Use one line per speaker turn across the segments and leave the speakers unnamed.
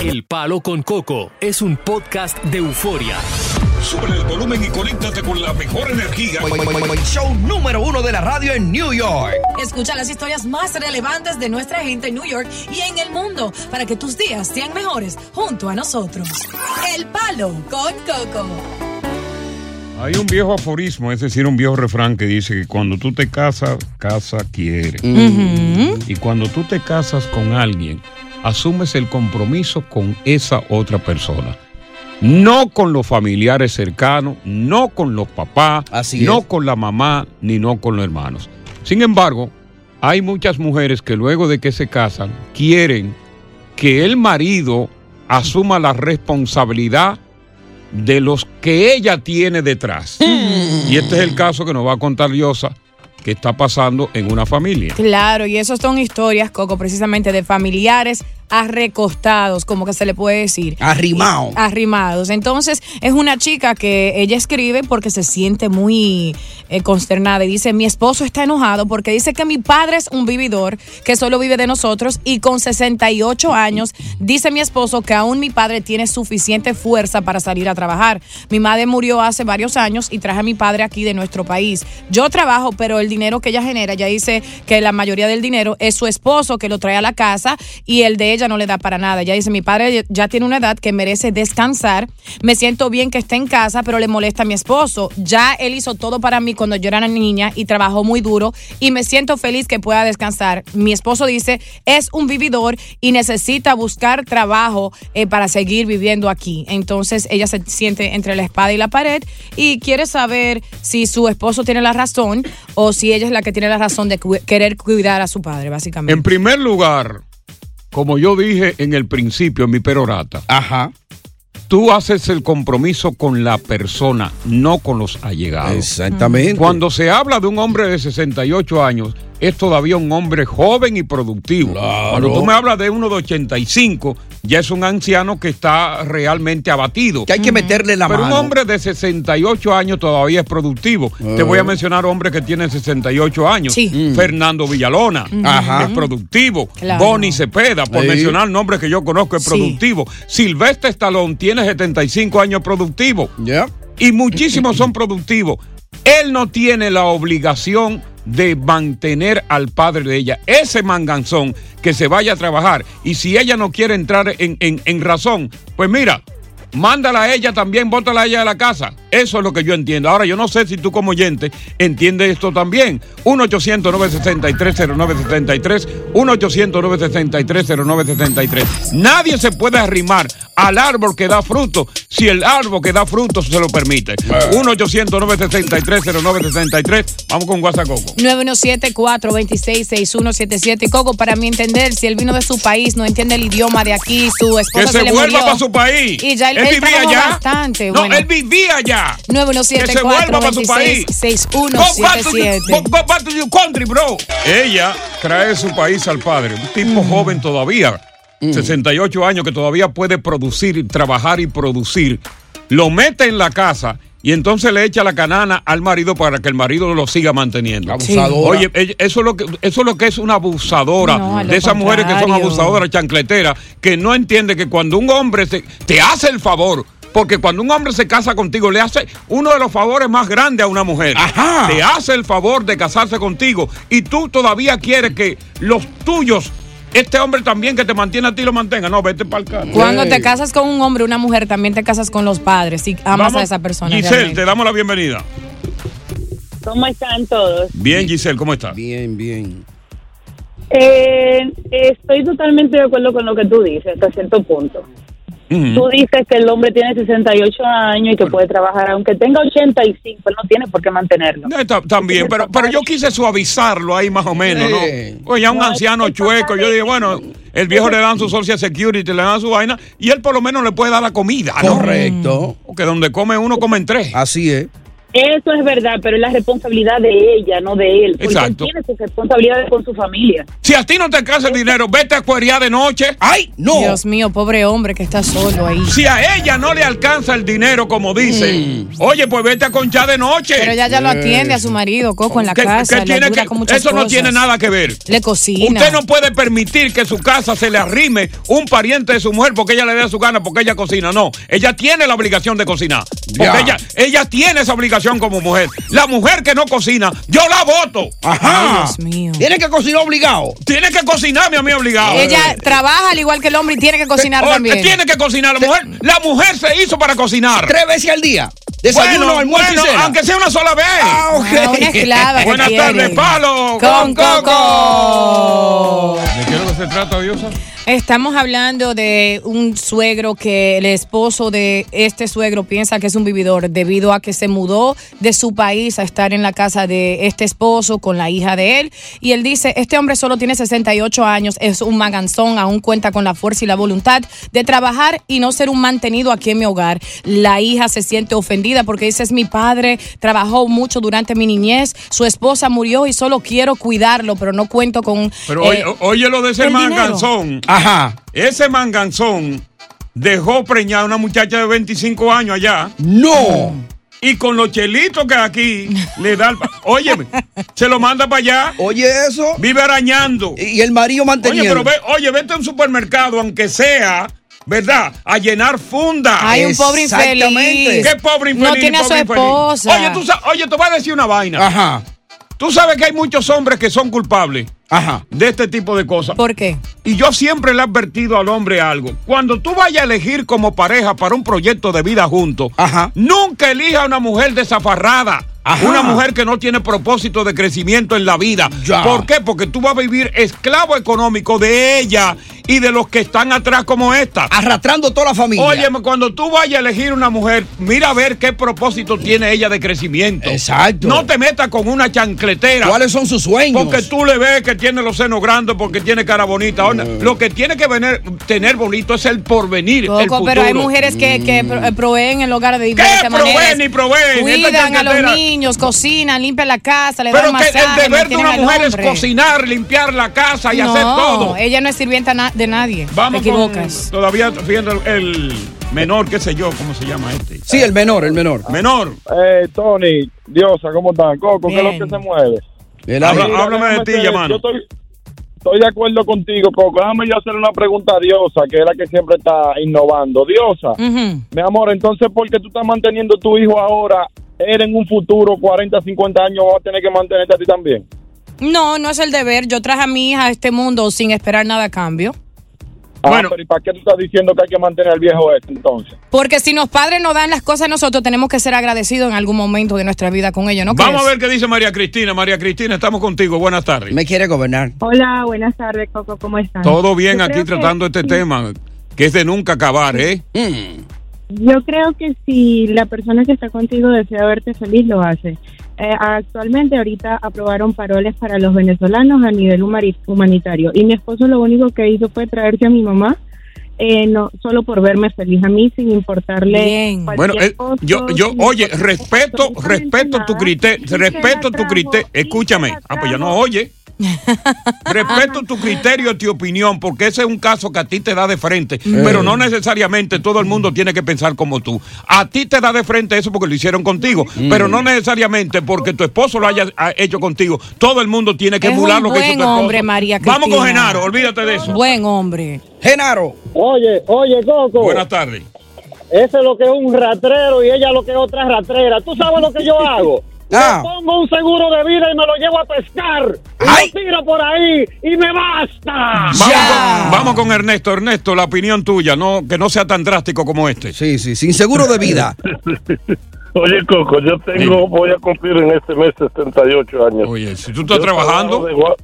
El Palo con Coco es un podcast de euforia.
Sube el volumen y conéctate con la mejor energía.
Show número uno de la radio en New York.
Escucha las historias más relevantes de nuestra gente en New York y en el mundo para que tus días sean mejores junto a nosotros. El Palo con Coco.
Hay un viejo aforismo, es decir, un viejo refrán que dice que cuando tú te casas, casa quiere. Y cuando tú te casas con alguien, asumes el compromiso con esa otra persona. No con los familiares cercanos, no con los papás,
Así
no
es.
con la mamá, ni no con los hermanos. Sin embargo, hay muchas mujeres que luego de que se casan quieren que el marido asuma la responsabilidad de los que ella tiene detrás. Y este es el caso que nos va a contar Diosa, que está pasando en una familia.
Claro, y eso son historias, Coco, precisamente de familiares arrecostados, como que se le puede decir.
Arrimao.
Arrimados. Entonces, es una chica que ella escribe porque se siente muy eh, consternada y dice, mi esposo está enojado porque dice que mi padre es un vividor que solo vive de nosotros y con 68 años dice mi esposo que aún mi padre tiene suficiente fuerza para salir a trabajar. Mi madre murió hace varios años y traje a mi padre aquí de nuestro país. Yo trabajo, pero el dinero que ella genera, ella dice que la mayoría del dinero es su esposo que lo trae a la casa y el de ella no le da para nada. Ella dice, mi padre ya tiene una edad que merece descansar, me siento bien que esté en casa, pero le molesta a mi esposo. Ya él hizo todo para mí cuando yo era una niña y trabajó muy duro y me siento feliz que pueda descansar. Mi esposo dice, es un vividor y necesita buscar trabajo eh, para seguir viviendo aquí. Entonces ella se siente entre la espada y la pared y quiere saber si su esposo tiene la razón o si ella es la que tiene la razón de cu- querer cuidar a su padre, básicamente.
En primer lugar, como yo dije en el principio, en mi perorata,
Ajá.
tú haces el compromiso con la persona, no con los allegados.
Exactamente.
Cuando se habla de un hombre de 68 años, es todavía un hombre joven y productivo.
Claro.
Cuando tú me hablas de uno de 85, ya es un anciano que está realmente abatido.
Que hay que meterle la
Pero
mano.
un hombre de 68 años todavía es productivo. Te
Eh.
voy a mencionar hombres que tienen 68 años.
Sí.
Fernando Villalona
Mm. Ajá.
es productivo.
Claro.
Bonnie Cepeda, por
Sí.
mencionar nombres que yo conozco, es
Sí.
productivo. Silvestre Stallone tiene 75 años productivo.
Ya.
Y muchísimos son productivos. Él no tiene la obligación de mantener al padre de ella. Ese manganzón que se vaya a trabajar. Y si ella no quiere entrar en, en- en razón, pues mira, mándala a ella también, bótala a ella de la casa. Eso es lo que yo entiendo. Ahora, yo no sé si tú como oyente entiendes esto también. 1-800-963-0973. 1-800-963-0973. Nadie se puede arrimar al árbol que da fruto si el árbol que da fruto se lo permite. 1-800-963-0973. Vamos con Guasacoco.
917-426-6177. Coco, para mi entender, si él vino de su país, no entiende el idioma de aquí, su
Que
esposa
se,
se, le
vuelva
murió.
para su país.
Y ya él, él trabajó bastante.
No,
bueno.
él vivía allá. Que se vuelva para su país. Go back, to your, go-
974-26-6177.
go back to your country, bro. Ella trae su país al padre, un
Mm.
tipo joven todavía, 68 años, que todavía puede producir, trabajar y producir. Lo mete en la casa y entonces le echa la canana al marido para que el marido lo siga manteniendo.
Abusadora.
Oye, ella- eso es, lo que, eso es lo que es una abusadora
No, a lo
de esas mujeres que son
contrario.
abusadoras, chancleteras, que no entiende que cuando un hombre se- te hace el favor, porque cuando un hombre se casa contigo, le hace uno de los favores más grandes a una mujer.
Ajá.
Te hace el favor de casarse contigo y tú todavía quieres que los tuyos, este hombre también que te mantiene a ti, lo mantenga. No, vete para el carro.
Cuando te casas con un hombre o una mujer, también te casas con los padres y amas
Vamos,
a esa persona.
Giselle,
realmente.
te damos la bienvenida.
¿Cómo están todos?
Bien, Giselle, ¿cómo estás?
Bien, bien.
Eh, estoy totalmente de acuerdo con lo que tú dices hasta cierto punto.
Ujú.
Tú dices que el hombre tiene 68 años y que puede trabajar, aunque tenga 85, él no tiene por qué mantenerlo.
No, está- También, pero, pero yo quise suavizarlo ahí más o menos, ¿no?
Sí.
Oye, a un
No, es
anciano
que
chueco, yo
papá
digo, bueno, el viejo le dan su social security, le dan su vaina, y él por lo menos le puede dar la comida, ¿no? Mm.
Correcto.
Porque donde come uno, comen tres.
Así es.
Eso es verdad, pero es la responsabilidad de ella, no de él. Porque
Exacto.
él tiene sus responsabilidades con su familia.
Si a ti no te alcanza el dinero, vete a cuerear de noche.
¡Ay, no!
Dios mío, pobre hombre que está solo ahí.
Si a ella no le alcanza el dinero, como dice,
Mm.
oye, pues vete a conchar de noche.
Pero ella ya lo atiende a su marido, Coco, en la
¿Qué-
casa.
qué
le
tiene
ayuda
que-
con muchas
eso no
cosas.
tiene nada que ver.
Le cocina.
Usted no puede permitir que su casa se le arrime un pariente de su mujer porque ella le dé su gana, porque ella cocina. No, ella tiene la obligación de cocinar. Porque
Ya.
ella, ella tiene esa obligación como mujer. La mujer que no cocina, yo la voto.
Ajá.
Ay, Dios mío.
Tiene que cocinar obligado.
Tiene que cocinarme a mí obligado.
Ella trabaja al igual que el hombre y tiene que cocinar
Oh,
también.
Tiene que cocinar la mujer. La mujer se hizo para cocinar.
Tres veces al día. Desayuno,
Bueno,
almuerzo y
bueno,
cena.
aunque sea una sola vez.
Ah, ok.
Ah, una esclava. que
Buenas
tiene.
tardes, Palo.
Con Coco.
¿De qué es lo que se trata, Diosa?
Estamos hablando de un suegro que el esposo de este suegro piensa que es un vividor debido a que se mudó de su país a estar en la casa de este esposo con la hija de él. Y él dice, este hombre solo tiene 68 años, es un maganzón, aún cuenta con la fuerza y la voluntad de trabajar y no ser un mantenido aquí en mi hogar. La hija se siente ofendida porque dice, es mi padre, trabajó mucho durante mi niñez, su esposa murió y solo quiero cuidarlo, pero no cuento con...
Pero
eh,
oye, oye lo de ese
el dinero.
manganzón.
Ajá.
Ese manganzón dejó preñada a una muchacha de 25 años allá.
No.
Y con los chelitos que aquí le da. el pa- Óyeme, se lo manda para allá.
Oye, eso.
Vive arañando.
Y el marido
Oye,
manteniendo.
pero ve, oye, vete a un supermercado, aunque sea, ¿verdad? A llenar funda.
Hay un pobre
Exactamente.
infeliz.
Qué pobre infeliz.
No tiene a su
pobre infeliz.
esposa.
Oye, tú, sa- oye, te voy a decir una vaina.
Ajá.
Tú sabes que hay muchos hombres que son culpables
Ajá.
de este tipo de cosas.
¿Por qué?
Y yo siempre le he advertido al hombre algo. Cuando tú vayas a elegir como pareja para un proyecto de vida juntos,
Ajá.
nunca elija a una mujer desafarrada.
Ajá.
Una mujer que no tiene propósito de crecimiento en la vida.
Ya.
¿Por qué? Porque tú vas a vivir esclavo económico de ella y de los que están atrás como esta.
Arrastrando toda la familia.
Óyeme, cuando tú vayas a elegir una mujer, mira a ver qué propósito tiene ella de crecimiento.
Exacto.
No te metas con una chancletera.
¿Cuáles son sus sueños?
Porque tú le ves que tiene los senos grandes, porque tiene cara bonita. Ahora,
Mm.
Lo que tiene que venir- tener bonito es el porvenir. el
Coco,
futuro.
pero hay mujeres que, que pro- eh, proveen el hogar de
¿Qué
diferentes
proveen
maneras.
y proveen? Esta
Cuidan a
chancletera.
los niños, cocinan, limpian la casa, le
Pero
dan
que el
masaje,
deber de
mantienen
una
al
mujer es
hombre.
cocinar, limpiar la casa y
no,
hacer todo.
ella no es sirvienta na- de nadie.
Vamos
Te
con-
equivocas.
todavía viendo el, el menor, qué sé yo, cómo se llama este.
Sí, el menor, el menor.
Menor,
Eh, Tony, Diosa, ¿cómo están? Coco, ¿qué es
Bien.
lo que se mueve?
El
Habla-
aire.
háblame de
déjame
ti,
hacer-
Yamano.
Yo estoy, estoy de acuerdo contigo, Coco. Déjame yo hacer una pregunta a Diosa, que es la que siempre está innovando. Diosa,
Mm.
Ujú.
mi amor, entonces, ¿por qué tú estás manteniendo tu hijo ahora? Él en un futuro, 40, 50 años, va a tener que mantenerte a ti también.
No, no es el deber. Yo traje a mi hija a este mundo sin esperar nada a cambio.
Ah,
Bueno.
pero ¿y para qué tú estás diciendo que hay que mantener al viejo este entonces?
Porque si los padres nos dan las cosas a nosotros, tenemos que ser agradecidos en algún momento de nuestra vida con ellos, ¿no
vamos
crees?
a ver qué dice María Cristina. María Cristina, estamos contigo. Buenas tardes.
Me quiere gobernar.
Hola, buenas tardes, Coco, ¿cómo están?
Todo bien
Yo
aquí
creo que-
tratando este tema, que es de nunca acabar, ¿eh?
Mm.
Yo creo que si la persona que está contigo desea verte feliz, lo hace. Eh, actualmente, ahorita aprobaron paroles para los venezolanos a nivel humari- humanitario. Y mi esposo lo único que hizo fue traerse a mi mamá, eh, no solo por verme feliz a mí, sin importarle.
Bien.
cualquier
Bueno, eh,
cosa,
yo, yo,
sin
oye,
importar
respeto,
absolutamente
respeto tu
nada. Y
criterio,
se
respeto
la
tu criterio,
trajo, y se
escúchame,
la
ah, pues ya no
trajo.
oye. Respeto tu criterio, tu opinión, porque ese es un caso que a ti te da de frente, pero no necesariamente todo el mundo tiene que pensar como tú. A ti te da de frente eso porque lo hicieron contigo, pero no necesariamente porque tu esposo lo haya ha hecho contigo. Todo el mundo tiene que
Es un
emular lo que hizo
buen
tu esposo.
hombre, María
Vamos con
Cristina.
Genaro, olvídate de eso.
Buen hombre.
Genaro.
Oye, oye, Coco.
Buenas tardes.
Ese es lo que es un ratrero y ella lo que es otra ratrera. ¿Tú sabes lo que yo hago?
Ah.
Me pongo un seguro de vida y me lo llevo a pescar. Y
Ay.
Lo tiro por ahí y me basta.
Vamos
Ya.
con, vamos con Ernesto. Ernesto, la opinión tuya, no que no sea tan drástico como este.
Sí, sí, sin seguro de vida.
Oye, Coco, yo tengo, voy a cumplir en este mes 78 años.
Oye, si tú estás
Yo
trabajando,
trabajo de gua-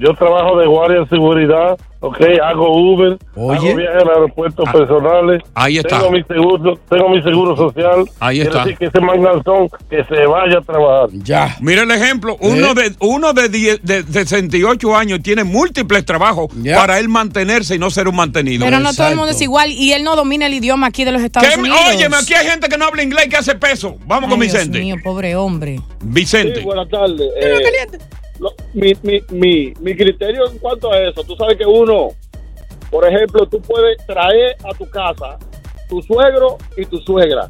yo trabajo de guardia en seguridad, ok, hago Uber,
Oye.
hago viajes al aeropuertos
Ah,
personales.
ahí está.
Tengo mi seguro, tengo mi seguro social.
Ahí
Quiere
está.
decir que ese manganzón que se vaya a trabajar.
Ya.
Mira el ejemplo,
¿Eh?
uno de uno de, die- de 68 años tiene múltiples trabajos para él mantenerse y no ser un mantenido.
Pero no todo el mundo es igual y él no domina el idioma aquí de los Estados
¿Qué-
Unidos.
Óyeme, aquí hay gente que no habla inglés y que hace peso. Vamos con
Ay, Dios
Vicente.
mío, pobre hombre.
Vicente.
Sí, buenas tardes. Eh, lo- mi, mi, mi, mi criterio en cuanto a eso, tú sabes que uno, por ejemplo, tú puedes traer a tu casa tu suegro y tu suegra,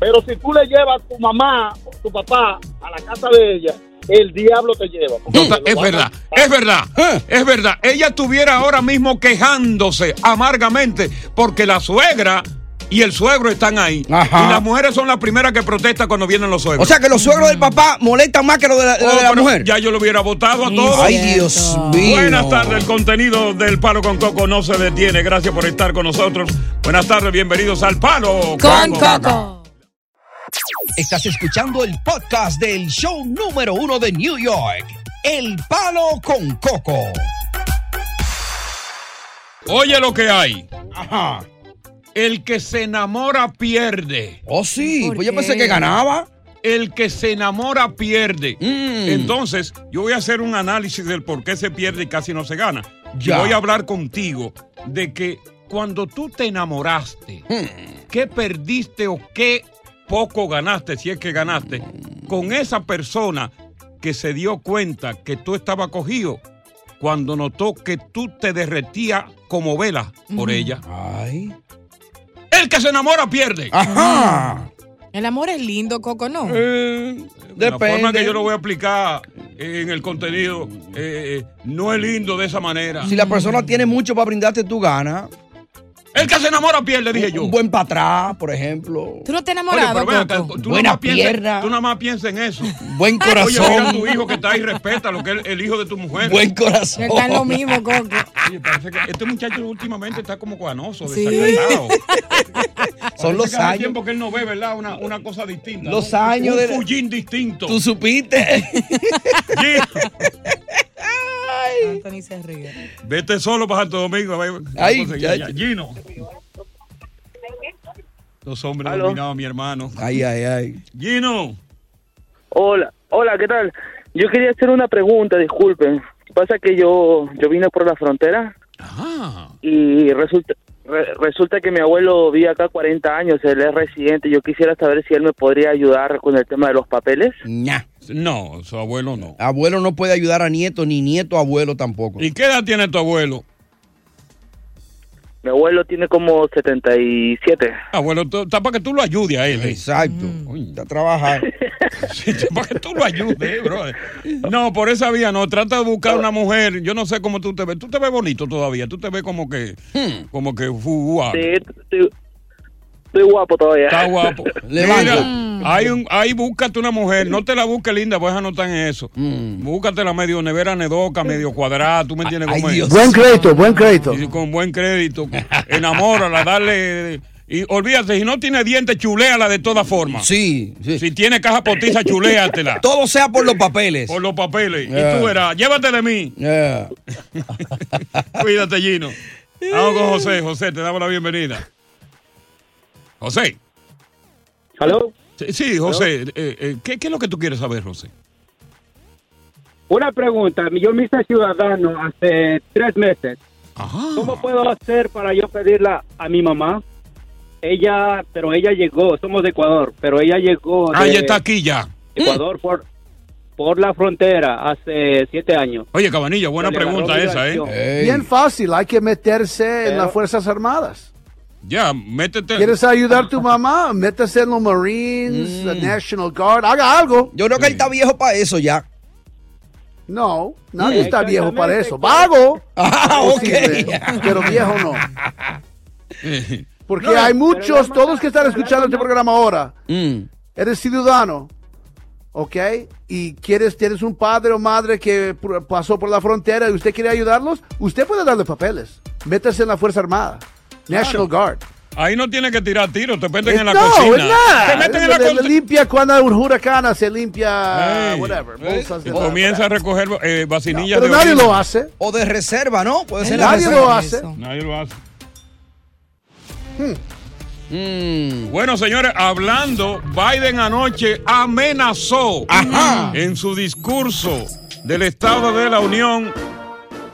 pero si tú le llevas tu mamá o tu papá a la casa de ella, el diablo te lleva. porque
Tota-
te
es
lo van a-
verdad, es verdad,
Ah.
es verdad. Ella estuviera ahora mismo quejándose amargamente porque la suegra y el suegro están ahí.
Ajá.
Y las mujeres son las primeras que protestan cuando vienen los suegros.
O sea que los suegros del papá molestan más que los de la,
Oh,
de la
pero
mujer.
Ya yo lo hubiera votado a todos.
Ay, Dios mío.
Buenas tardes, el contenido del Palo con Coco no se detiene. Gracias por estar con nosotros. Buenas tardes, bienvenidos al Palo
Estás escuchando el podcast del show número uno de New York, El Palo con Coco.
Oye lo que hay.
Ajá.
El que se enamora pierde.
Oh, sí,
¿Por
pues yo pensé
qué?
que ganaba. Mm.
El que se enamora pierde. Entonces, yo voy a hacer un análisis del por qué se pierde y casi no se gana. Yo
Ya.
voy a hablar contigo de que cuando tú te enamoraste,
Hmm.
¿qué perdiste o qué poco ganaste, si es que ganaste, con esa persona que se dio cuenta que tú estabas cogido cuando notó que tú te derretías como vela por
Ujú.
ella? El que se enamora pierde.
El amor es lindo, Coco, ¿no?
De La forma que yo lo voy a aplicar eh, en el contenido eh, eh, no es lindo de esa manera. Mm.
Si la persona tiene mucho para brindarte, tú ganas.
El que se enamora pierde, dije yo.
Un buen para atrás, por ejemplo.
¿Tú no te
Oye,
enamorado,
pero ven acá,
Coco?
tú
Buena
nada más piensa-
pierna.
Tú nada más piensas en eso.
Buen
Oye, mira a tu
corazón.
hijo que está ahí, respeta lo que es el hijo de tu mujer.
Buen
Ya
corazón.
están lo mismo, Coco.
Oye, parece que este muchacho últimamente está como guanoso,
Sí.
desacatado.
Son los
años.
años.
tiempo que él no ve, ¿verdad? Una, una cosa distinta.
Los
¿no?
años
Un
de-
fullín distinto.
Tú supiste.
Anthony se ríe.
Vete solo para Santo Domingo. a ver,
Ay,
conseguí
ay.
allá. Gino. Los hombres
Aló.
dominados, mi hermano.
Ay, ay, ay.
Gino.
Hola, hola, ¿qué tal? Yo quería hacer una pregunta, disculpen. Pasa que yo, yo vine por la frontera
Ajá.
y resulta, re- resulta que mi abuelo vive acá 40 años, él es residente. Yo quisiera saber si él me podría ayudar con el tema de los papeles.
Ña.
No, su abuelo no.
Abuelo no puede ayudar a nieto, ni nieto a abuelo tampoco.
¿Y qué edad tiene tu abuelo?
Mi abuelo tiene como 77.
Abuelo, Ah, tú- está para que tú lo ayudes a él. ¿eh?
Exacto. Está trabajando.
Sí, está para que tú lo ayudes, eh, brother. No, por esa vía no. Trata de buscar una mujer. Yo no sé cómo tú te ves. Tú te ves bonito todavía. Tú te ves como que.
Hmm.
Como que. fugua.
Sí, estoy, estoy guapo todavía.
Está guapo.
Levanta.
Mira, hay un, ahí búscate una mujer, no te la busques linda, pues no tan en eso. Búscatela medio nevera nedoca, medio cuadrada, tú me entiendes
Hmm. Ay,
cómo es.
Dios.
Buen crédito, buen crédito.
Y con buen crédito, enamórala, dale. Y olvídate, si no tiene dientes, chuléala de todas formas.
Sí, sí.
Si tiene caja potiza, chuléatela.
Todo sea por los papeles. Eh.
Por los papeles. Y
Yeah.
tú verás, llévate de mí.
Yeah.
Cuídate, Gino. Vamos con
Eh.
José. José, te damos la bienvenida. José.
¿Aló?
Sí, Sí, José. eh, eh, ¿qué- ¿Qué es lo que tú quieres saber, José?
Una pregunta, yo me hice ciudadano hace tres meses.
Ajá.
¿Cómo puedo hacer para yo pedirla a mi mamá? Ella, pero ella llegó, somos de Ecuador, pero ella llegó
Ah,
de
ya está aquí ya.
Ecuador por, por la frontera hace siete años.
Oye, Cabanilla, buena
Dale,
pregunta
agarró
esa, ¿eh?
migración.
Ey.
Bien fácil, hay que meterse en
Pero-
las Fuerzas Armadas.
Ya, métete.
¿Quieres ayudar a tu mamá? Métese en los Marines, the National Guard, haga algo.
Mm. Yo creo que él está viejo para eso ya.
No, nadie
Mm.
está viejo para eso.
Exactamente.
Vago,
Ah,
posible,
ok.
pero viejo no. Porque
No,
hay
pero la
muchos,
hermana-
todos que están escuchando este programa ahora,
Mm.
eres ciudadano, ¿ok? Y quieres, tienes un padre o madre que pr- pasó por la frontera y usted quiere ayudarlos, usted puede darle papeles. Métase en la Fuerza Armada, National Guard.
Ahí no tiene que tirar tiros, te meten en la
Eh, no,
cocina.
es nada.
Te meten en la
Se
cocina.
limpia cuando un huracán se limpia,
Ey.
whatever,
¿Eh?
bolsas de-
Y comienza a recoger eh, vacinillas
Pero
de
nadie
orina.
lo hace. Eh,
O de reserva, ¿no? Puede ser la
Nadie
reserva.
lo hace. Hmm.
Nadie lo hace. Mm. Bueno, señores, hablando, Biden anoche amenazó en su discurso del Estado de la Unión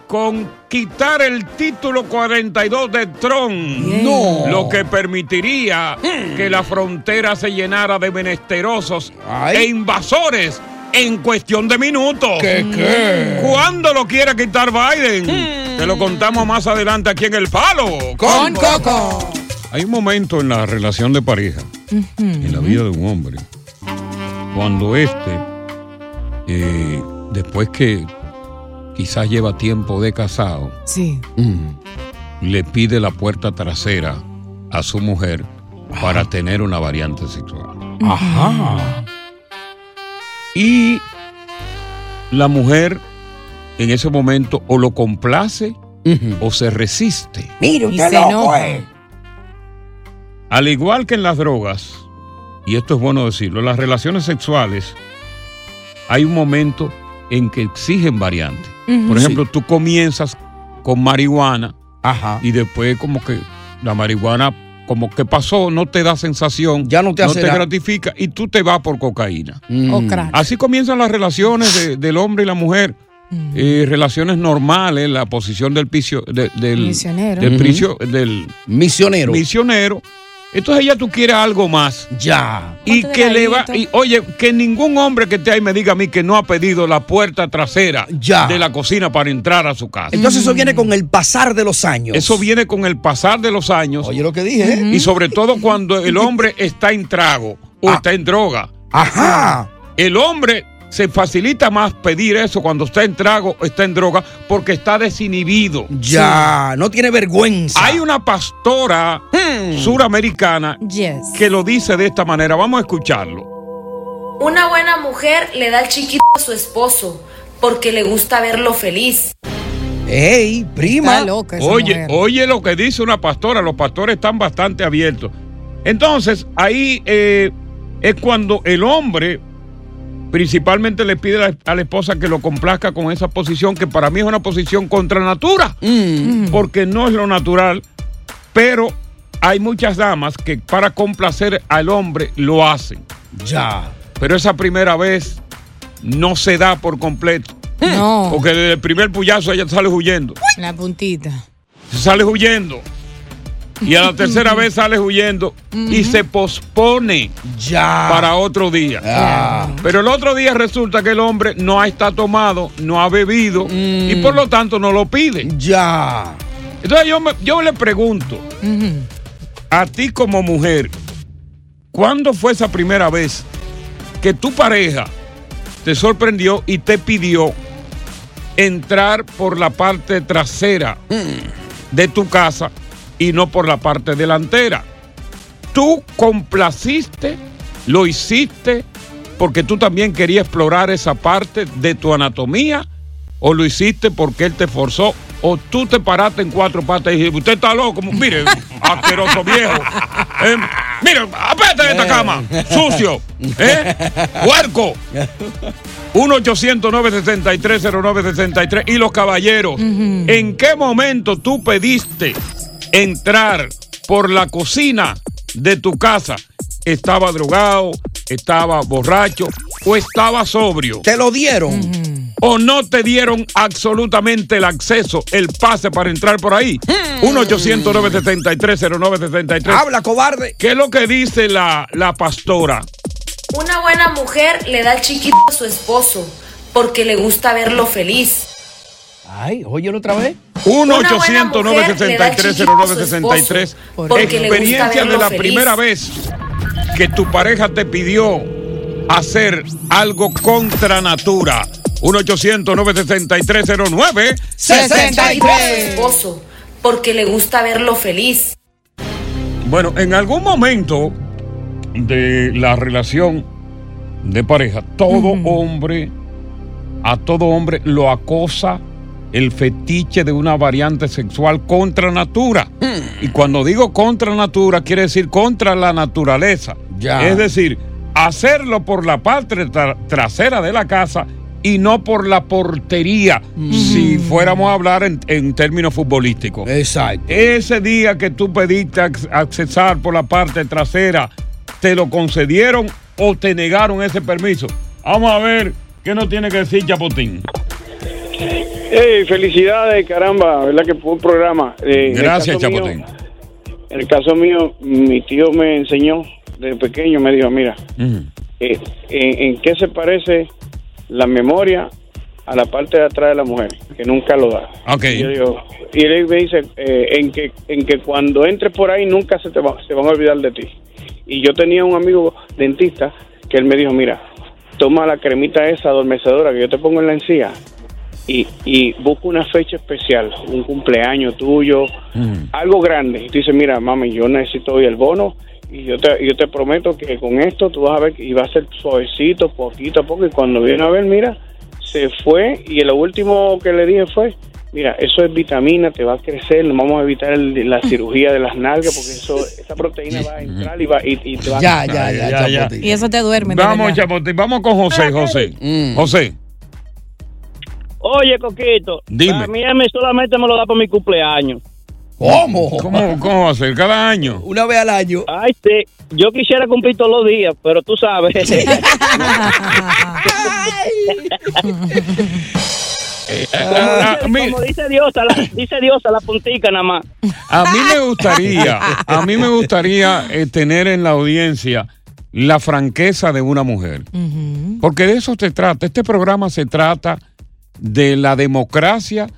con quitar el título 42 de Trump.
No.
Lo que permitiría que la frontera se llenara de menesterosos e invasores en cuestión de minutos. ¿Qué,
qué?
cuándo lo quiera quitar Biden? Te lo contamos más adelante aquí en El Palo.
Con
Coco. Hay un momento en la relación de pareja, en la vida de un hombre, cuando este, eh, después que quizás lleva tiempo de casado,
Sí.
le pide la puerta trasera a su mujer para tener una variante sexual.
Ajá.
Ah. Y la mujer en ese momento o lo complace o se resiste.
Mire, usted Y se loco, enoja. eh.
Al igual que en las drogas, y esto es bueno decirlo, en las relaciones sexuales hay un momento en que exigen variantes.
Ujú.
Por ejemplo, tú comienzas con marihuana y después como que la marihuana como que pasó, no te da sensación, ya no
te hace nada.
gratifica y tú te vas por cocaína.
O crack.
Mm. Así comienzan las relaciones de- del hombre y la mujer.
Mm.
Eh, relaciones normales, la posición del piso de- del
Misionero.
del
Ujú.
prisio- del misionero. Misionero. Entonces ya tú quieres algo más. Ya. Y
Ponte
que
de
le va
ladito.
y oye, que ningún hombre que esté ahí me diga a mí que no ha pedido la puerta trasera de la cocina para entrar a su casa.
Entonces eso viene con el pasar de los años.
Eso viene con el pasar de los años. Oye,
lo que dije. ¿eh?
Y sobre todo cuando el hombre está en trago o
Ah.
está en droga. Ajá. El hombre se facilita más pedir eso cuando está en trago o está en droga porque está desinhibido.
Ya, no tiene vergüenza.
Hay una pastora
Hmm.
suramericana
Yes.
que lo dice de esta manera. Vamos a escucharlo.
Una buena mujer le da el chiquito a su esposo porque le gusta verlo feliz.
¡Ey,
prima! Está loca esa
oye,
mujer.
oye lo que dice una pastora. Los pastores están bastante abiertos. Entonces, ahí eh, es cuando el hombre principalmente le pide a la- a la esposa que lo complazca con esa posición, que para mí es una posición contra natura, porque no es lo natural, pero hay muchas damas que para complacer al hombre lo hacen. Ya. Pero esa primera vez no se da por completo.
No.
Porque desde el primer puyazo ella sale huyendo.
La puntita.
Sales huyendo. Y a la tercera vez sales huyendo y se pospone ya. para otro día. Pero el otro día resulta que el hombre no está tomado, no ha bebido y por lo tanto no lo pide. Mm. Ya. Entonces yo, me- yo le pregunto a ti como mujer, ¿cuándo fue esa primera vez que tu pareja te sorprendió y te pidió entrar por la parte trasera de tu casa y no por la parte delantera? Tú complaciste, lo hiciste porque tú también querías explorar esa parte de tu anatomía o lo hiciste porque él te forzó o tú te paraste en cuatro patas y dijiste, usted está loco, mire, asqueroso viejo. Eh, mire, apete de esta cama, sucio, ¿eh? Huerco. 1 800 963 0963 Y los caballeros, ¿en qué momento tú pediste entrar por la cocina de tu casa? ¿Estaba drogado? ¿Estaba borracho? ¿O estaba sobrio?
¿Te lo dieron?
¿O no te dieron absolutamente el acceso, el pase para entrar por ahí? 1 800 963 0963
Hmm. Habla, cobarde.
¿Qué es lo que dice la, la pastora?
Una buena mujer le da el chiquito a su esposo porque le gusta verlo feliz.
Ay, óyelo otra vez.
1
Una buena mujer le da
800 0963
Por porque le gusta
Experiencia de
verlo
la
feliz.
primera vez que tu pareja te pidió hacer algo contra natura. 1 800 963 09
esposo porque le gusta verlo feliz.
Bueno, en algún momento de la relación de pareja, todo hombre, a todo hombre lo acosa el fetiche de una variante sexual contra natura.
Mm.
Y cuando digo contra natura, quiere decir contra la naturaleza.
Ya.
Es decir, hacerlo por la parte tra- trasera de la casa y no por la portería,
Mm.
si fuéramos a hablar en, en términos futbolísticos.
Exacto.
Ese día que tú pediste ac- accesar por la parte trasera, ¿te lo concedieron o te negaron ese permiso? Vamos a ver qué nos tiene que decir Chapotín.
Hey, felicidades, caramba, ¿verdad que fue un programa? Eh, en el
Gracias,
caso mío-
Chapotín.
en el caso mío, mi tío me enseñó desde pequeño, me dijo, mira, eh, en, en qué se parece la memoria a la parte de atrás de la mujer, que nunca lo da.
Ok.
Y, yo digo- y él me dice, eh, en, que, en que cuando entres por ahí nunca se te va- se van a olvidar de ti. Y yo tenía un amigo dentista que él me dijo, mira, toma la cremita esa adormecedora que yo te pongo en la encía y, y busca una fecha especial, un cumpleaños tuyo,
Mm.
algo grande. Y tú dices, mira, mami, yo necesito hoy el bono y yo te, yo te prometo que con esto tú vas a ver que- y va a ser suavecito, poquito a poco. Y cuando viene a ver, mira, se fue y lo último que le dije fue, mira, eso es vitamina, te va a crecer, vamos a evitar el- la cirugía de las nalgas porque eso, esa proteína va a entrar y, va, y, y te va a... Ah,
Y eso te duerme. de
Vamos,
verdad.
Chapotín, vamos con José, José. Mm.
Mm.
José,
Oye, Coquito.
Dime.
A mí él me- solamente me lo da por mi cumpleaños.
¿Cómo? ¿Cómo, va a ser? ¿Cada año?
Una vez al año. Ay, sí. Yo quisiera cumplir todos los días, pero tú sabes.
ah,
como, dice, como dice Dios, a la, dice Dios a la puntica nada más.
a mí me gustaría, a mí me gustaría eh, tener en la audiencia la franqueza de una mujer. Porque de eso se trata. Este programa se trata de la democracia,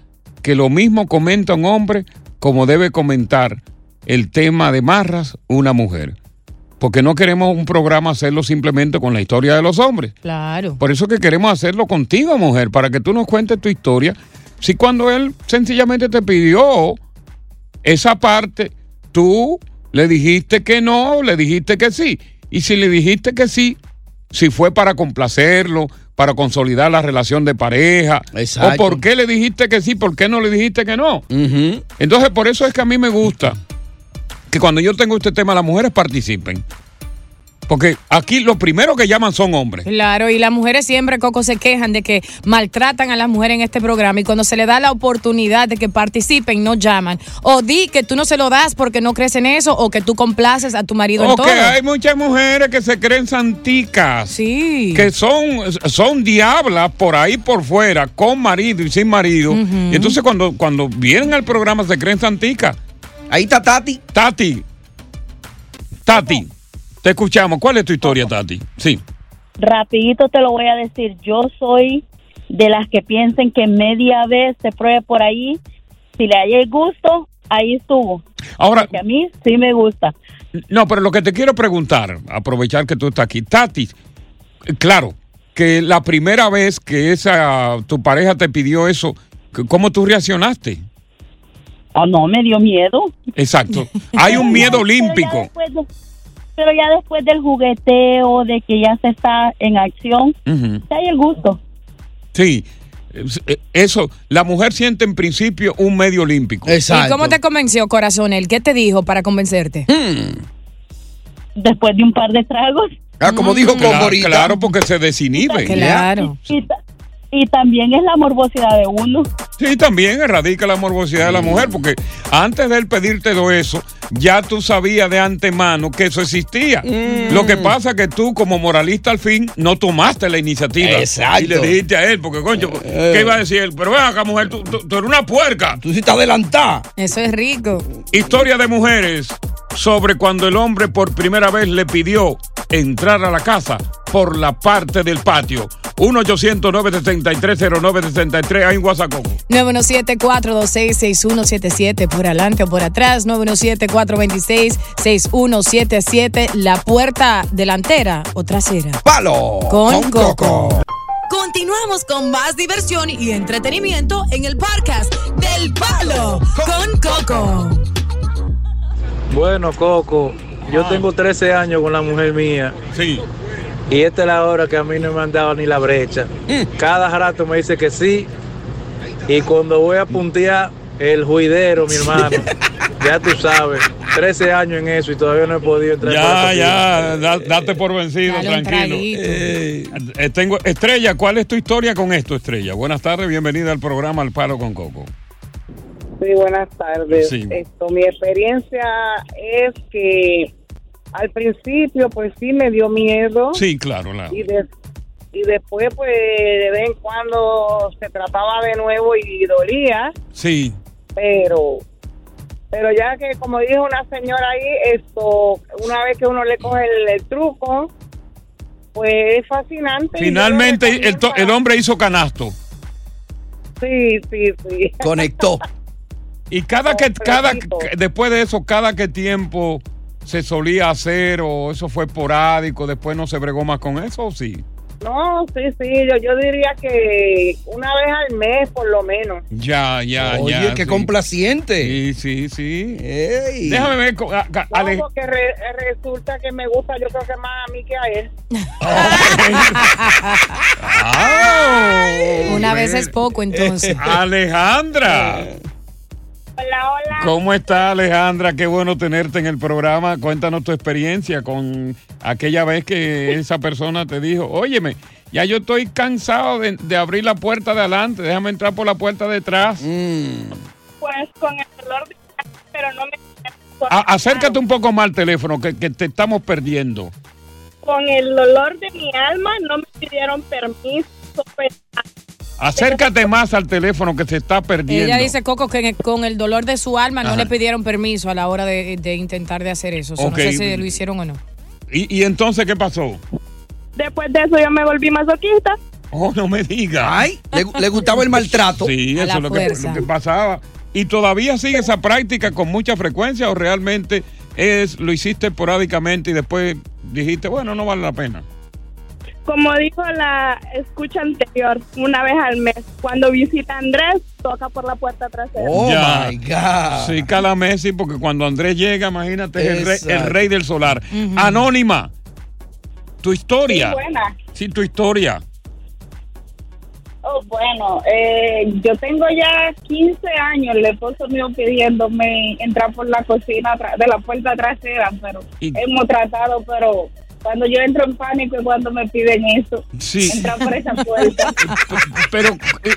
que lo mismo comenta un hombre como debe comentar el tema de marras una mujer. Porque no queremos un programa hacerlo simplemente con la historia de los hombres.
Claro.
Por eso que queremos hacerlo contigo, mujer, para que tú nos cuentes tu historia. Si cuando él sencillamente te pidió esa parte, tú le dijiste que no, le dijiste que sí. Y si le dijiste que sí, si fue para complacerlo, para consolidar la relación de pareja, o
Exacto.
por qué le dijiste que sí, por qué no le dijiste que no. Entonces, por eso es que a mí me gusta que cuando yo tengo este tema, las mujeres participen. Porque aquí los primeros que llaman son hombres.
Claro, y las mujeres siempre, Coco, se quejan de que maltratan a las mujeres en este programa y cuando se le da la oportunidad de que participen, no llaman. O di que tú no se lo das porque no crees en eso o que tú complaces a tu marido
O
en todo.
que hay muchas mujeres que se creen santicas.
Sí.
Que son, son diablas por ahí por fuera, con marido y sin marido. Y entonces cuando, cuando vienen al programa se creen santicas. Ahí está Tati. Tati. Tati. Te escuchamos. ¿Cuál es tu historia, Tati? Sí.
Rapidito te lo voy a decir. Yo soy de las que piensen que media vez se pruebe por ahí. Si le haya el gusto, ahí estuvo.
Ahora.
Porque a mí sí me gusta.
No, pero lo que te quiero preguntar, aprovechar que tú estás aquí, Tati, eh, claro, que la primera vez que esa tu pareja te pidió eso, c- ¿cómo tú reaccionaste?
Ah, no, me dio miedo.
Exacto. Hay un miedo
Pero ya
olímpico.
después de- pero ya después del jugueteo, de que ya se está en acción,
Ujú.
se hay el gusto.
Sí. Es- eh, Eso, la mujer siente en principio un medio olímpico.
¿Y cómo te convenció, corazón? ¿El qué te dijo para convencerte?
Hmm.
Después de un par de tragos.
Ah,
como dijo
claro,
Cocorita.
claro, porque se desinhibe.
Y, ta- y también es la morbosidad de uno.
Sí, también erradica la morbosidad de la mujer, porque antes de él pedirte todo eso, ya tú sabías de antemano que eso existía. Lo que pasa es que tú, como moralista al fin, no tomaste la iniciativa.
Exacto.
Y le dijiste a él, porque coño, ¿qué iba a decir él? Pero ven acá, mujer, tú, tú- tú eres una puerca. Eh. Tú sí estás adelantada.
Eso es rico.
Historia de mujeres sobre cuando el hombre por primera vez le pidió entrar a la casa por la parte del patio. 1 800 973 Hay un WhatsApp. Coco.
917-426-6177 por adelante o por atrás. 917-426-6177. La puerta delantera o trasera.
Palo
Con
Coco.
Continuamos con más diversión y entretenimiento en el podcast del Palo con Coco.
Bueno, Coco, yo tengo 13 años con la mujer mía.
Ah. Sí.
Y
Mm.
esta es la hora que a mí no me han dado ni la brecha. Cada rato me dice que sí Y cuando voy a puntear el juidero, mi hermano, ya tú sabes, 13 años en eso y todavía no he podido entrar.
Ya, ya, da- date por vencido,
dale un
tranquilo.
traguito.
Eh, eh, tengo, Estrella, ¿cuál es tu historia con esto, Estrella? Buenas tardes, bienvenida al programa Al Palo con Coco.
Sí, buenas tardes.
Sí.
Esto, mi experiencia es que al principio, pues sí me dio miedo.
Sí, claro, la-
Y, des- y después, pues de vez en cuando se trataba de nuevo y dolía,
Sí,
pero pero ya que como dijo una señora ahí esto una vez que uno le coge el, el truco pues es fascinante y yo lo
finalmente el, to- el hombre hizo canasto.
Sí, sí, sí.
Conectó. Y cada que, cada, que- después de eso, cada que tiempo se solía hacer o eso fue esporádico, después no se bregó más con eso, ¿o sí?
No, sí, sí, yo, yo diría que una vez al mes por lo menos.
Ya, ya,
Oye,
ya.
qué
complaciente. Sí, sí, sí. Déjame ver. co- a- a- Ale-
Porque re- resulta que me gusta, yo creo que más a mí que a él.
Una vez es poco, entonces.
Ah, Alejandra. ¿Cómo está Alejandra? Qué bueno tenerte en el programa. Cuéntanos tu experiencia con aquella vez que esa persona te dijo, óyeme, ya yo estoy cansado de, de abrir la puerta de adelante, déjame entrar por la puerta de atrás.
Pues con el dolor de pero no me
A- acércate un poco más al teléfono, que, que te estamos perdiendo.
con el dolor de mi alma no me pidieron permiso. pues,
Acércate más al teléfono que se está perdiendo.
Ella dice, Coco, que con el dolor de su alma no
Ajá.
le pidieron permiso a la hora de, de intentar de hacer eso. O sea,
Ok.
No sé si lo hicieron o no.
¿Y, y entonces qué pasó?
Después de eso yo me volví masoquista.
Oh, no me digas. Ay,
le- le gustaba el maltrato.
Sí,
A
eso
la
es lo que,
fuerza.
lo que pasaba. ¿Y todavía sigue esa práctica con mucha frecuencia o realmente es lo hiciste esporádicamente y después dijiste, bueno, no vale la pena?
Como dijo la escucha anterior, una vez al mes, cuando visita a Andrés, toca por la puerta trasera.
Oh, Ya. Sí, cada mes sí, porque cuando Andrés llega, imagínate, es el rey, el
Exacto.
rey del solar.
Ujú.
Anónima, tu historia.
Sí, pues. buena.
Sí, tu historia.
Oh,
bueno, eh, yo tengo ya 15 años, el esposo mío pidiéndome entrar por la cocina tra- de la puerta trasera, pero
Y-
hemos tratado, pero cuando yo entro en pánico es cuando me piden eso,
Sí.
entrar por esa puerta.
Pero eh,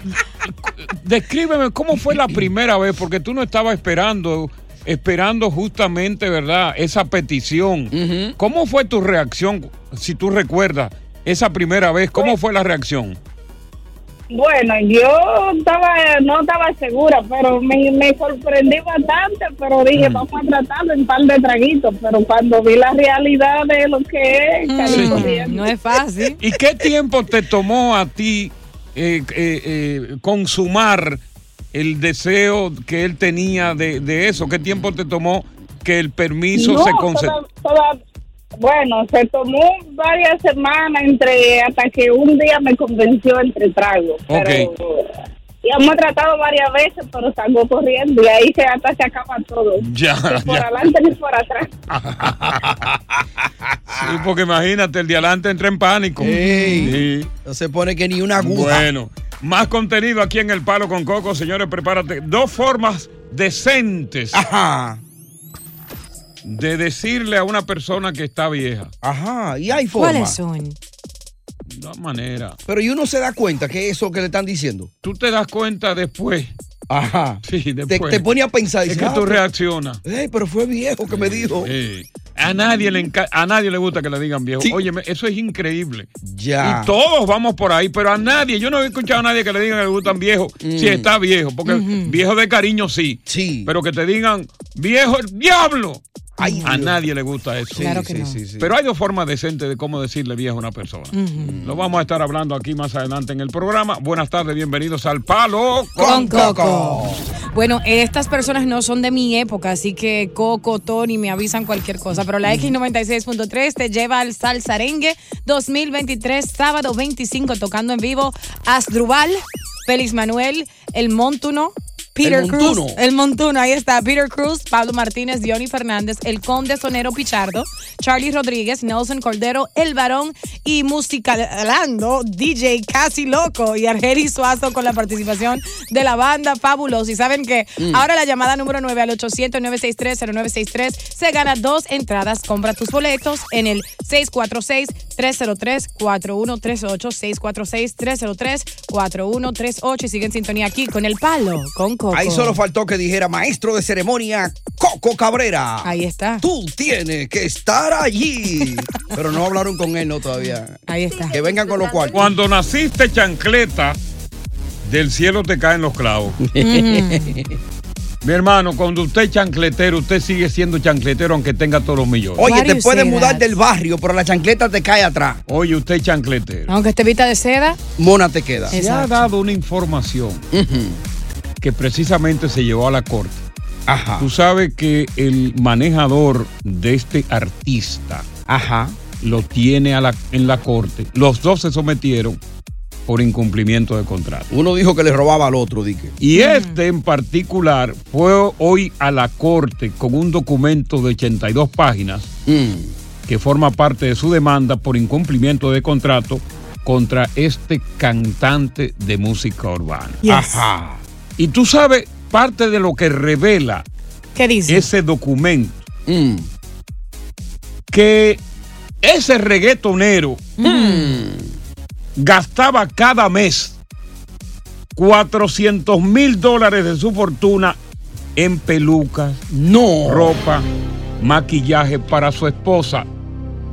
descríbeme cómo fue la primera vez, porque tú no estabas esperando, esperando justamente, ¿verdad? Esa petición. ¿Cómo fue tu reacción, si tú recuerdas, esa primera vez? ¿Cómo
Pues,
fue la reacción?
Bueno, yo estaba, no estaba segura, pero me, me sorprendí bastante, pero
Mm.
dije, vamos a tratarlo en par de traguitos, pero cuando vi la realidad de lo que es, salí corriendo.
No es fácil.
¿Y qué tiempo te tomó a ti eh, eh, eh, consumar el deseo que él tenía de, de eso? ¿Qué tiempo te tomó que el permiso
No,
se concediera?
toda- toda- bueno, se tomó varias semanas entre hasta que un día me convenció entre tragos. Pero, y hemos tratado varias veces, pero salgo corriendo y ahí se, hasta se acaba todo.
Ya,
Ni por
ya.
adelante ni por atrás.
Sí, porque imagínate, el de adelante entra en pánico. No se pone que ni una
aguja.
Bueno, más contenido aquí en El Palo con Coco. Señores, prepárate. Dos formas decentes de decirle a una persona que está vieja.
Ajá, y hay forma.
¿Cuáles son?
De manera.
Pero y uno se da cuenta que eso que le están diciendo.
Tú te das cuenta después.
Ajá.
Sí,
Te,
después.
te pone a pensar.
Es
dices,
que
ah,
tú
pero-
reaccionas.
Ey, pero fue viejo que me dijo.
Sí. A nadie, le enca- a nadie le gusta que le digan viejo. Oye, eso es increíble.
Ya.
Y todos vamos por ahí, pero a nadie, yo no he escuchado a nadie que le digan que le gustan viejo,
Mm.
si está viejo, porque viejo de cariño sí. Sí. Pero que te digan viejo el diablo. a nadie le gusta eso.
Sí, Claro que sí, no. sí, sí.
Pero hay dos formas decentes de cómo decirle viejo a una persona.
Mm.
Lo vamos a estar hablando aquí más adelante en el programa. Buenas tardes, bienvenidos al Palo
Con Coco. Bueno, estas personas no son de mi época, así que Coco, Tony me avisan cualquier cosa. Pero la X96.3 te lleva al Salsarengue 2023, sábado 25, tocando en vivo Asdrubal, Félix Manuel, El Montuno. Peter
El
Cruz,
montuno.
el montuno, ahí está, Peter Cruz, Pablo Martínez, Johnny Fernández, el conde sonero Pichardo, Charlie Rodríguez, Nelson Cordero, el varón y musicalando DJ Casi Loco y Argelis Suazo con la participación de la banda Fabuloso. Y saben que
Mm.
ahora la llamada número 9 al 800-963-0963 se gana dos entradas. Compra tus boletos en el 646-303-4138, 646-303-4138 y sigue en sintonía aquí con El Palo, con Coco.
Ahí solo faltó que dijera maestro de ceremonia Coco Cabrera.
Ahí está.
Tú tienes que estar allí. Pero no hablaron con él, no todavía.
Ahí está.
Que vengan con los cuartos.
Cuando naciste chancleta, del cielo te caen los clavos.
Mm.
Mi hermano, cuando usted es chancletero, usted sigue siendo chancletero aunque tenga todos los millones.
Oye, te puedes mudar
that?
del barrio, pero la chancleta te cae atrás.
Oye, usted es chancletero.
Aunque esté vista de seda,
Mona te queda.
Se ha dado una información que precisamente se llevó a la corte. Tú sabes que el manejador de este artista lo tiene a la- en la corte. Los dos se sometieron por incumplimiento de contrato.
Uno dijo que le robaba al otro, dije.
Y este en particular fue hoy a la corte con un documento de 82 páginas
Mm.
que forma parte de su demanda por incumplimiento de contrato contra este cantante de música urbana.
Yes.
Ajá. Y tú sabes parte de lo que revela ese documento. Que ese reggaetonero gastaba cada mes 400 mil dólares de su fortuna en pelucas,
no.
ropa, maquillaje para su esposa.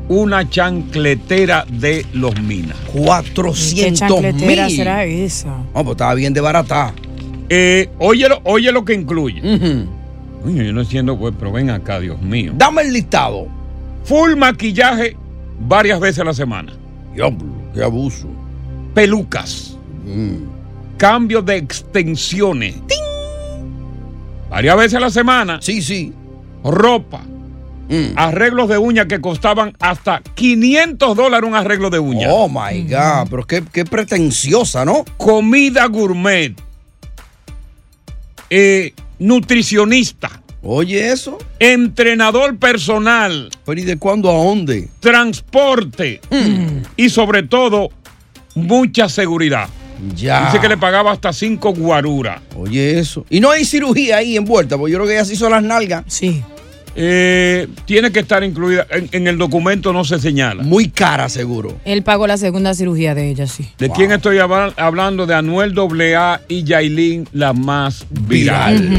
Una chancletera de los minas.
400
chancletera
mil.
será eso?
No, pues estaba bien de barata.
Eh, oye, lo, oye lo que incluye. Coño, yo no entiendo, güey, pero ven acá, Dios mío.
Dame el listado.
Full maquillaje varias veces a la semana.
Diablo, qué abuso. Mm.
Pelucas. Cambio de extensiones. Varias veces a la semana.
Sí, sí. Mm.
Ropa. Arreglos de uña que costaban hasta 500 dólares un arreglo de uña.
Oh my
Mm.
God, pero qué, qué pretenciosa, ¿no?
Comida gourmet. Eh, nutricionista.
Oye, eso.
Entrenador personal.
Pero ¿y de cuándo a dónde? Hmm.
Transporte. Y sobre todo, mucha seguridad.
Ya.
Dice que le pagaba hasta 5 guaruras.
Oye, eso. Y no hay cirugía ahí envuelta, porque yo creo que ellas sí son las nalgas.
Sí.
Eh, tiene que estar incluida. En, en el documento no se señala.
Muy cara, seguro.
él pagó la segunda cirugía de ella, sí.
¿De quién estoy habla- hablando? De Anuel AA y Yailin, la más viral.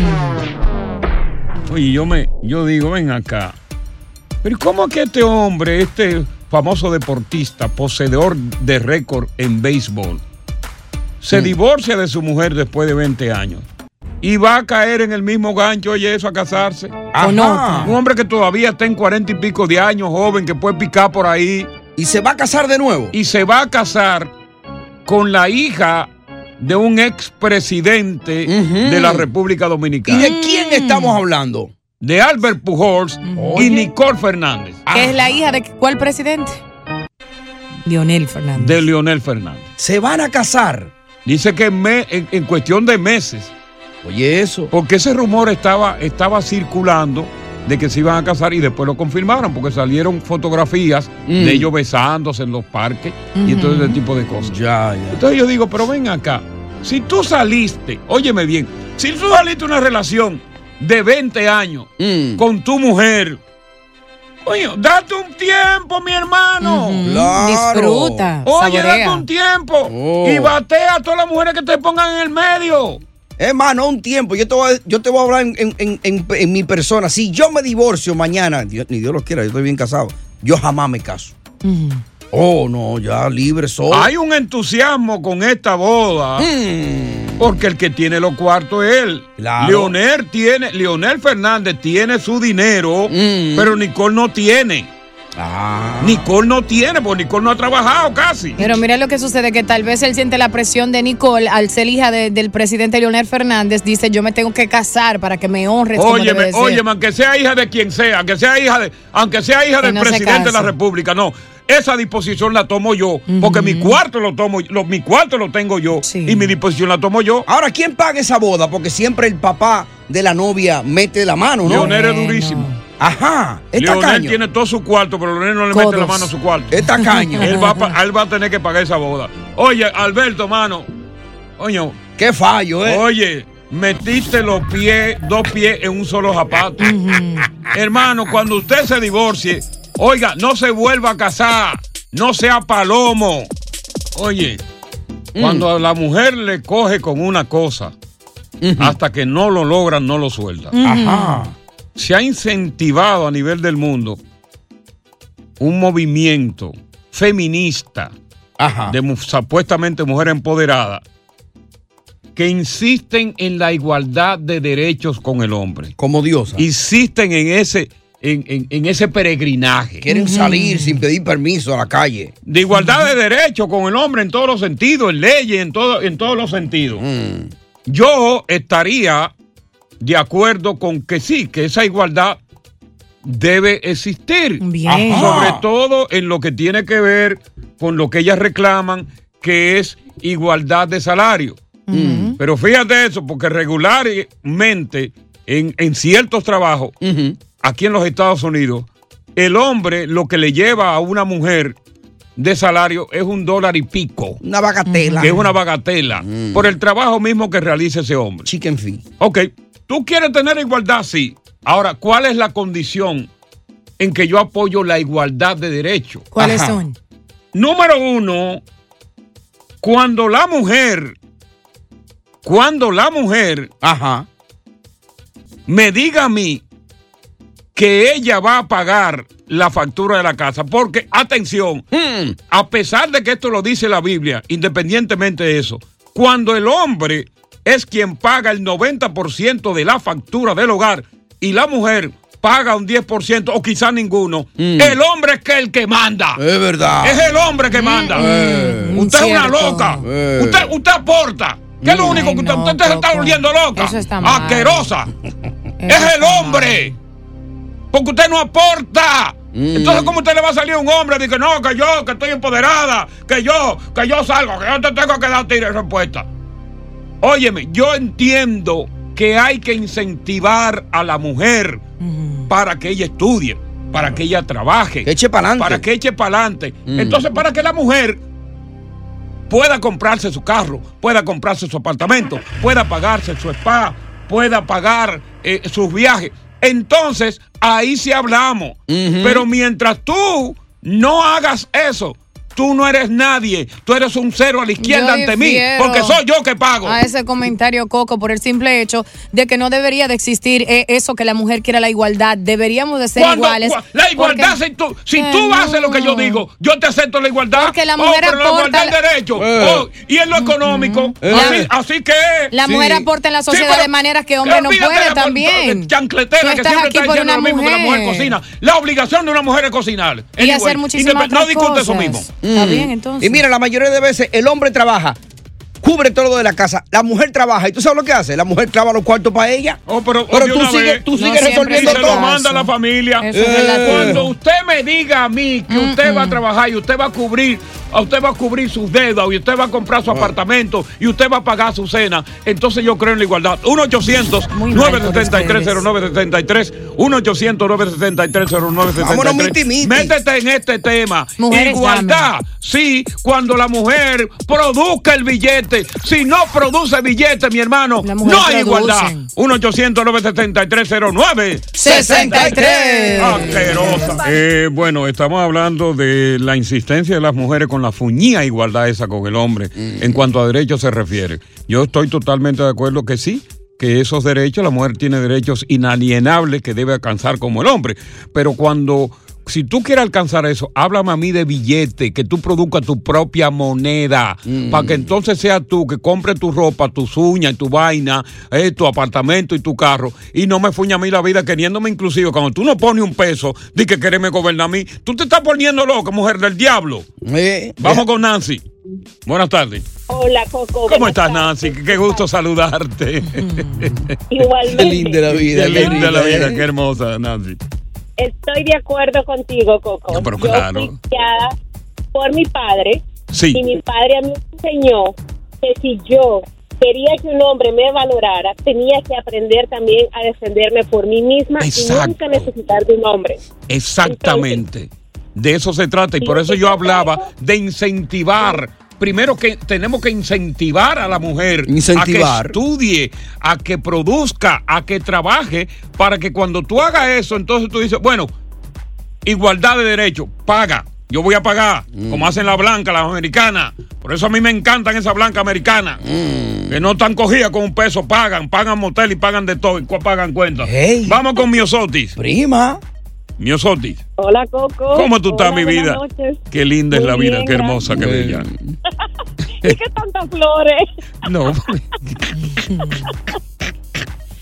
Oye, yo me, yo digo, ven acá. Pero ¿cómo que este hombre, este famoso deportista, poseedor de récord en béisbol,
Mm.
se divorcia de su mujer después de 20 años y va a caer en el mismo gancho, oye, eso, a casarse?
no.
Un hombre que todavía está en 40 y pico de años, joven, que puede picar por ahí.
¿Y se va a casar de nuevo?
Y se va a casar con la hija de un expresidente de la República Dominicana.
¿Y de quién estamos hablando?
De Albert Pujols y Nicole Fernández.
Que es la hija de cuál presidente? Leonel Fernández.
De Leonel Fernández.
Se van a casar.
Dice que en, me- en- en cuestión de meses.
Oye, eso.
Porque ese rumor estaba, estaba circulando de que se iban a casar y después lo confirmaron porque salieron fotografías
Mm.
de ellos besándose en los parques y
Ujú.
todo ese tipo de cosas.
Ya, ya.
Entonces yo digo, pero ven acá, si tú saliste, óyeme bien, si tú saliste una relación de 20 años
Mm.
con tu mujer, oye, date un tiempo, mi hermano.
Claro.
Mm, Disfruta,
Oye, date
saborea.
un tiempo
Oh.
y batea a todas las mujeres que te pongan en el medio.
Hermano, un tiempo. Yo te voy a, yo te voy a hablar en, en- en- en- en mi persona. Si yo me divorcio mañana, Dios- ni Dios lo quiera, yo estoy bien casado. Yo jamás me caso. Oh, no, ya libre soy.
Hay un entusiasmo con esta boda. Porque el que tiene los cuartos es él.
Mm. Claro.
Leonel tiene, Leonel Fernández tiene su dinero,
Mm.
pero Nicole no tiene.
Ah.
Nicole no tiene, porque Nicole no ha trabajado casi.
Pero mira lo que sucede, que tal vez él siente la presión de Nicole al ser hija de- del presidente Leonel Fernández, dice yo me tengo que casar para que me honres. como debe
Óyeme,
de ser".
óyeme, aunque sea hija de quien sea, aunque sea hija de, aunque sea hija
Que
del
no se
presidente de la
case.
República, no. esa disposición la tomo yo, porque mi cuarto lo tomo, lo- mi cuarto lo tengo yo y mi disposición la tomo yo.
Ahora, ¿quién paga esa boda? Porque siempre el papá de la novia mete la mano, ¿no? Ah, este
Leonel es durísimo.
Ajá. Es
Leonel
tacaño.
tiene todo su cuarto, pero Leonel no le mete
Codos.
la mano a su cuarto.
Es tacaño.
Él va, a pa- él va a tener que pagar esa boda. Oye, Alberto, mano. Oño.
Qué fallo,
eh. Oye, metiste los pies, dos pies en un solo zapato. Hermano, cuando usted se divorcie, oiga, no se vuelva a casar. No sea palomo. Oye,
Mm.
cuando a la mujer le coge con una cosa, hasta que no lo logran, no lo suelta.
Ujú. Ajá.
Se ha incentivado a nivel del mundo un movimiento feminista de mu- supuestamente mujer empoderada que insisten en la igualdad de derechos con el hombre.
Como diosa.
Insisten en ese, en, en- en ese peregrinaje.
Quieren salir sin pedir permiso a la calle.
De igualdad de derechos con el hombre en todos los sentidos, en leyes, en, todo, en todos los sentidos. Yo estaría de acuerdo con que sí, que esa igualdad debe existir.
Bien.
Ajá. Sobre todo en lo que tiene que ver con lo que ellas reclaman, que es igualdad de salario. Pero fíjate eso, porque regularmente en, en ciertos trabajos, aquí en los Estados Unidos, el hombre lo que le lleva a una mujer de salario es un dólar y pico.
Una bagatela. Mm.
Que es una bagatela. Por el trabajo mismo que realiza ese hombre.
Chicken fee.
Ok. Tú quieres tener igualdad, sí. Ahora, ¿cuál es la condición en que yo apoyo la igualdad de derechos?
¿Cuáles
Ajá.
son?
Número uno, cuando la mujer, cuando la mujer,
ajá,
me diga a mí que ella va a pagar la factura de la casa, porque atención,
Hmm.
a pesar de que esto lo dice la Biblia, independientemente de eso, cuando el hombre es quien paga el 90% de la factura del hogar y la mujer paga un 10% o quizá ninguno, el hombre es que el que manda.
Hmm. Es verdad. Hmm.
Es el hombre que manda. usted es una
cierto.
loca.
Eh.
Usted, usted aporta. ¿Qué es lo único que usted, usted se está volviendo loca?
mal.
Asquerosa. es el hombre. Porque usted no aporta. Entonces, ¿cómo usted le va a salir a un hombre y que no, que yo, que estoy empoderada, que yo, que yo salgo, que yo te tengo que dar tiro y respuesta? Óyeme, yo entiendo que hay que incentivar a la mujer Mm. para que ella estudie, para que ella trabaje.
eche para adelante.
Para que eche para adelante.
Mm.
Entonces, para que la mujer pueda comprarse su carro, pueda comprarse su apartamento, pueda pagarse su spa, pueda pagar eh, sus viajes. Entonces, ahí sí hablamos. Pero mientras tú no hagas eso, tú no eres nadie. Tú eres un cero a la izquierda
Yo
ante mí,
difiero
porque soy yo que pago.
A ese comentario, Coco, por el simple hecho de que no debería de existir eh, eso que la mujer quiera la igualdad. Deberíamos de ser
Cuando-
iguales.
cua- la igualdad,
porque-
si tú, si
Que
tú
no.
haces lo que yo digo, yo te acepto la igualdad. Oh,
Porque la mujer
pero
aporta
igualdad
la-
de derecho.
Eh.
Oh, y en lo económico.
Eh.
Así, así que.
La mujer aporta en la sociedad de maneras que hombre no
olvídate
puede
de la-
también.
de Chancletera
Tú
que
estás
siempre
aquí
está
por
diciendo lo
una
mismo que la mujer
mujer.
cocina. La obligación de una mujer es cocinar.
Y hacer muchísimas
independ-
otras
No discute eso
cosas.
mismo.
Está
Mm.
bien, entonces.
Y mira, la mayoría de veces el hombre trabaja, cubre todo lo de la casa, la mujer trabaja. ¿Y tú sabes lo que hace? La mujer clava los cuartos para ella.
Oh, pero
pero
de
tú
una
sigues
vez.
tú sigues resolviendo
Y se
todo.
lo manda a la familia.
Eso es Mm, relativo.
Cuando usted me diga a mí que usted va a trabajar y usted va a cubrir, a usted va a cubrir sus deudas y usted va a comprar
Ah.
su apartamento y usted va a pagar su cena, entonces yo creo en la igualdad. 1 800 973 1 800 973
Vámonos, muy
0973 Métete en este tema.
Mujeres,
igualdad. Sí, cuando la mujer produzca el billete. Si no produce billete, mi hermano, no hay
producen.
igualdad. 1 800 973 09
63.
Ah, Asquerosa. Eh, bueno, estamos hablando de la insistencia de las mujeres con la fuñía e igualdad esa con el hombre en cuanto a derechos se refiere. Yo estoy totalmente de acuerdo que sí, que esos derechos, la mujer tiene derechos inalienables que debe alcanzar como el hombre. Pero cuando, si tú quieres alcanzar eso, háblame a mí de billete, que tú produzcas tu propia moneda, para que entonces sea tú que compre tu ropa, tus uñas y tu vaina, eh, tu apartamento y tu carro, y no me fuña a mí la vida queriéndome inclusive. Cuando tú no pones un peso, di que quereme gobernar a mí, tú te estás poniendo loca, mujer del diablo. Vamos con Nancy. Buenas tardes.
Hola, Coco.
¿Cómo estás, Nancy? Qué gusto saludarte.
Igualmente.
Qué linda la vida. Qué
linda
linda la vida, qué hermosa, Nancy.
Estoy de acuerdo contigo, Coco.
No, pero
Yo
claro.
fui criada por mi padre.
Sí.
Y mi padre a mí me enseñó que si yo quería que un hombre me valorara, tenía que aprender también a defenderme por mí misma
Exacto.
y nunca necesitar de un hombre.
Exactamente. De eso se trata y por eso yo hablaba de incentivar. Primero que tenemos que incentivar a la mujer a
Incentivar.
que estudie, a que produzca, a que trabaje, para que cuando tú hagas eso, entonces tú dices, bueno, igualdad de derechos, paga. Yo voy a pagar,
Mm.
como hacen las blancas, las americanas. Por eso a mí me encantan esas blancas americanas.
Mm.
Que no están cogidas con un peso, pagan, pagan motel y pagan de todo, y cu- pagan cuentas. Vamos con Miosotis.
Prima.
Miosotis.
Hola, Coco.
¿Cómo tú estás,
Hola,
mi
buenas
vida?
noches.
Qué linda es
Muy
la vida,
bien,
qué hermosa, qué bella.
¿Y qué tantas flores?
No,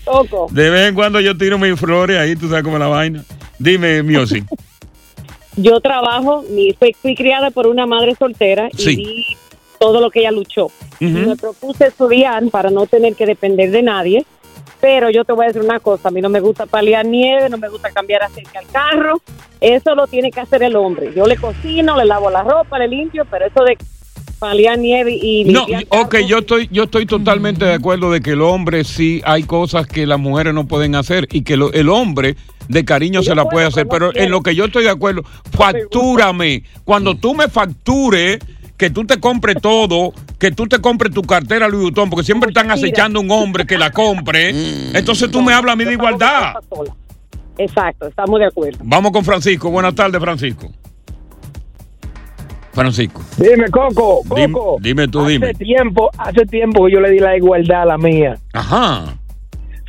Coco,
de vez en cuando yo tiro mis flores ahí, tú sabes cómo es la vaina. Dime, Miosi.
yo trabajo, mi, fui, fui criada por una madre soltera y
Sí.
vi todo lo que ella luchó. Y Me propuse estudiar para no tener que depender de nadie, pero yo te voy a decir una cosa, a mí no me gusta paliar nieve, no me gusta cambiar aceite al carro, eso lo tiene que hacer el hombre. Yo le cocino, le lavo la ropa, le limpio, pero eso de paliar nieve y
No,
limpiar-
ok, yo estoy, yo estoy totalmente de acuerdo de que el hombre sí hay cosas que las mujeres no pueden hacer y que lo- el hombre de cariño se la puede hacer, pero en lo que yo estoy de acuerdo, factúrame. Cuando tú me factures, que tú te compres todo, que tú te compres tu cartera Louis Vuitton, porque siempre están acechando a un hombre que la compre, entonces tú me hablas a mí de igualdad.
Exacto, estamos de acuerdo.
Vamos con Francisco. Buenas tardes, Francisco. Francisco.
Dime, Coco,
Dim-
Coco.
dime tú, dime.
Hace tiempo, hace tiempo que yo le di la igualdad a la mía.
Ajá.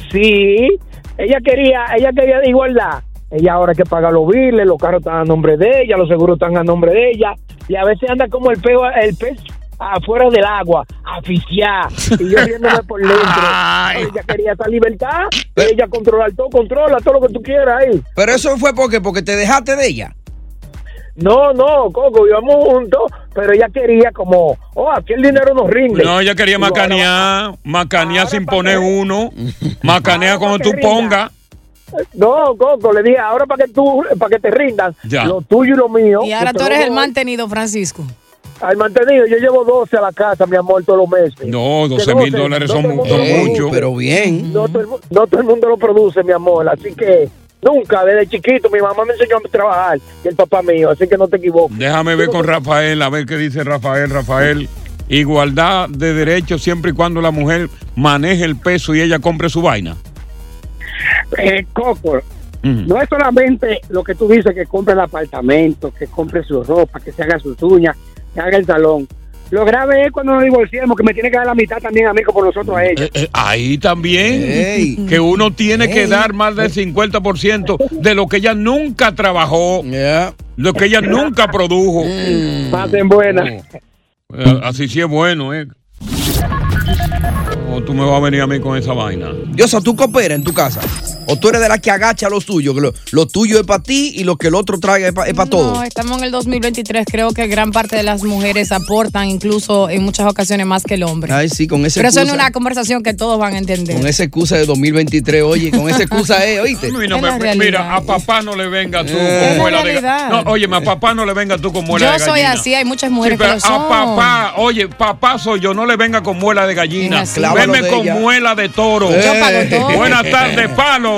Sí, ella quería, ella quería igualdad. Ella ahora hay que paga los biles, los carros están a nombre de ella, los seguros están a nombre de ella, y a veces anda como el peo, el pez afuera del agua, a asfixiar, y yo riéndome por dentro. Ella quería esa libertad, ella controlar todo, controla todo lo que tú quieras ahí.
Pero eso fue porque, porque te dejaste de ella.
No, no, Coco, íbamos juntos, pero ella quería como, oh, aquí el dinero nos rinde.
No, yo quería
Digo, ahora
macanear, macanear sin poner uno, macanear cuando tú
que rinda.
pongas.
No, Coco, le dije, ahora para que tú, para que te rindan,
Ya.
lo tuyo y lo mío.
Y ahora
yo
tú
te lo
eres el
doy.
mantenido, Francisco.
Al mantenido, yo llevo 12 a la casa, mi amor, todos los meses.
No, 12 mil dólares son mucho.
Pero bien.
No todo, el, mu- no todo el mundo lo produce, mi amor, así que nunca, desde chiquito, mi mamá me enseñó a trabajar y el papá mío, así que no te equivoques.
Déjame ver con Rafael, a ver qué dice Rafael. Rafael, igualdad de derechos siempre y cuando la mujer maneje el peso y ella compre su vaina.
Eh, Coco, no es solamente lo que tú dices, que compre el apartamento, que compre su ropa, que se haga sus uñas, que haga el salón. Lo grave es cuando nos divorciamos, que me tiene que dar la mitad también a mí como nosotros a ella.
Eh, ahí también,
Ey.
que uno tiene que
Ey.
dar más del 50% de lo que ella nunca trabajó, lo que ella nunca produjo.
Pasen buenas.
Eh, Así sí es bueno, ¿eh? O tú me vas a venir a mí con esa vaina.
Diosa, tú cooperas en tu casa. O tú eres de la que agacha lo tuyo, que lo, lo tuyo es para ti y lo que el otro traiga es para
No,
todos.
estamos en el 2023. Creo que gran parte de las mujeres aportan, incluso en muchas ocasiones, más que el hombre.
Ay, sí, con esa
Pero eso
excusa.
es una conversación que todos van a entender.
Con esa excusa de 2023, oye, con esa excusa es, oíste.
Luis, no me-
pues,
mira, a papá no le venga tú
Eh.
con
Es
muela
la
de
realidad.
gallina. No, oye, a papá no le venga tú con muela
Yo
de gallina.
soy así, hay muchas
Sí,
mujeres
pero
que lo son.
ah,
a papá, oye, papá soy yo, no le venga con muela de gallina.
Es así. Clávalo
Venme
de
con
ella. Eh.
muela de toro.
Yo pago todo.
Buenas tardes, palo.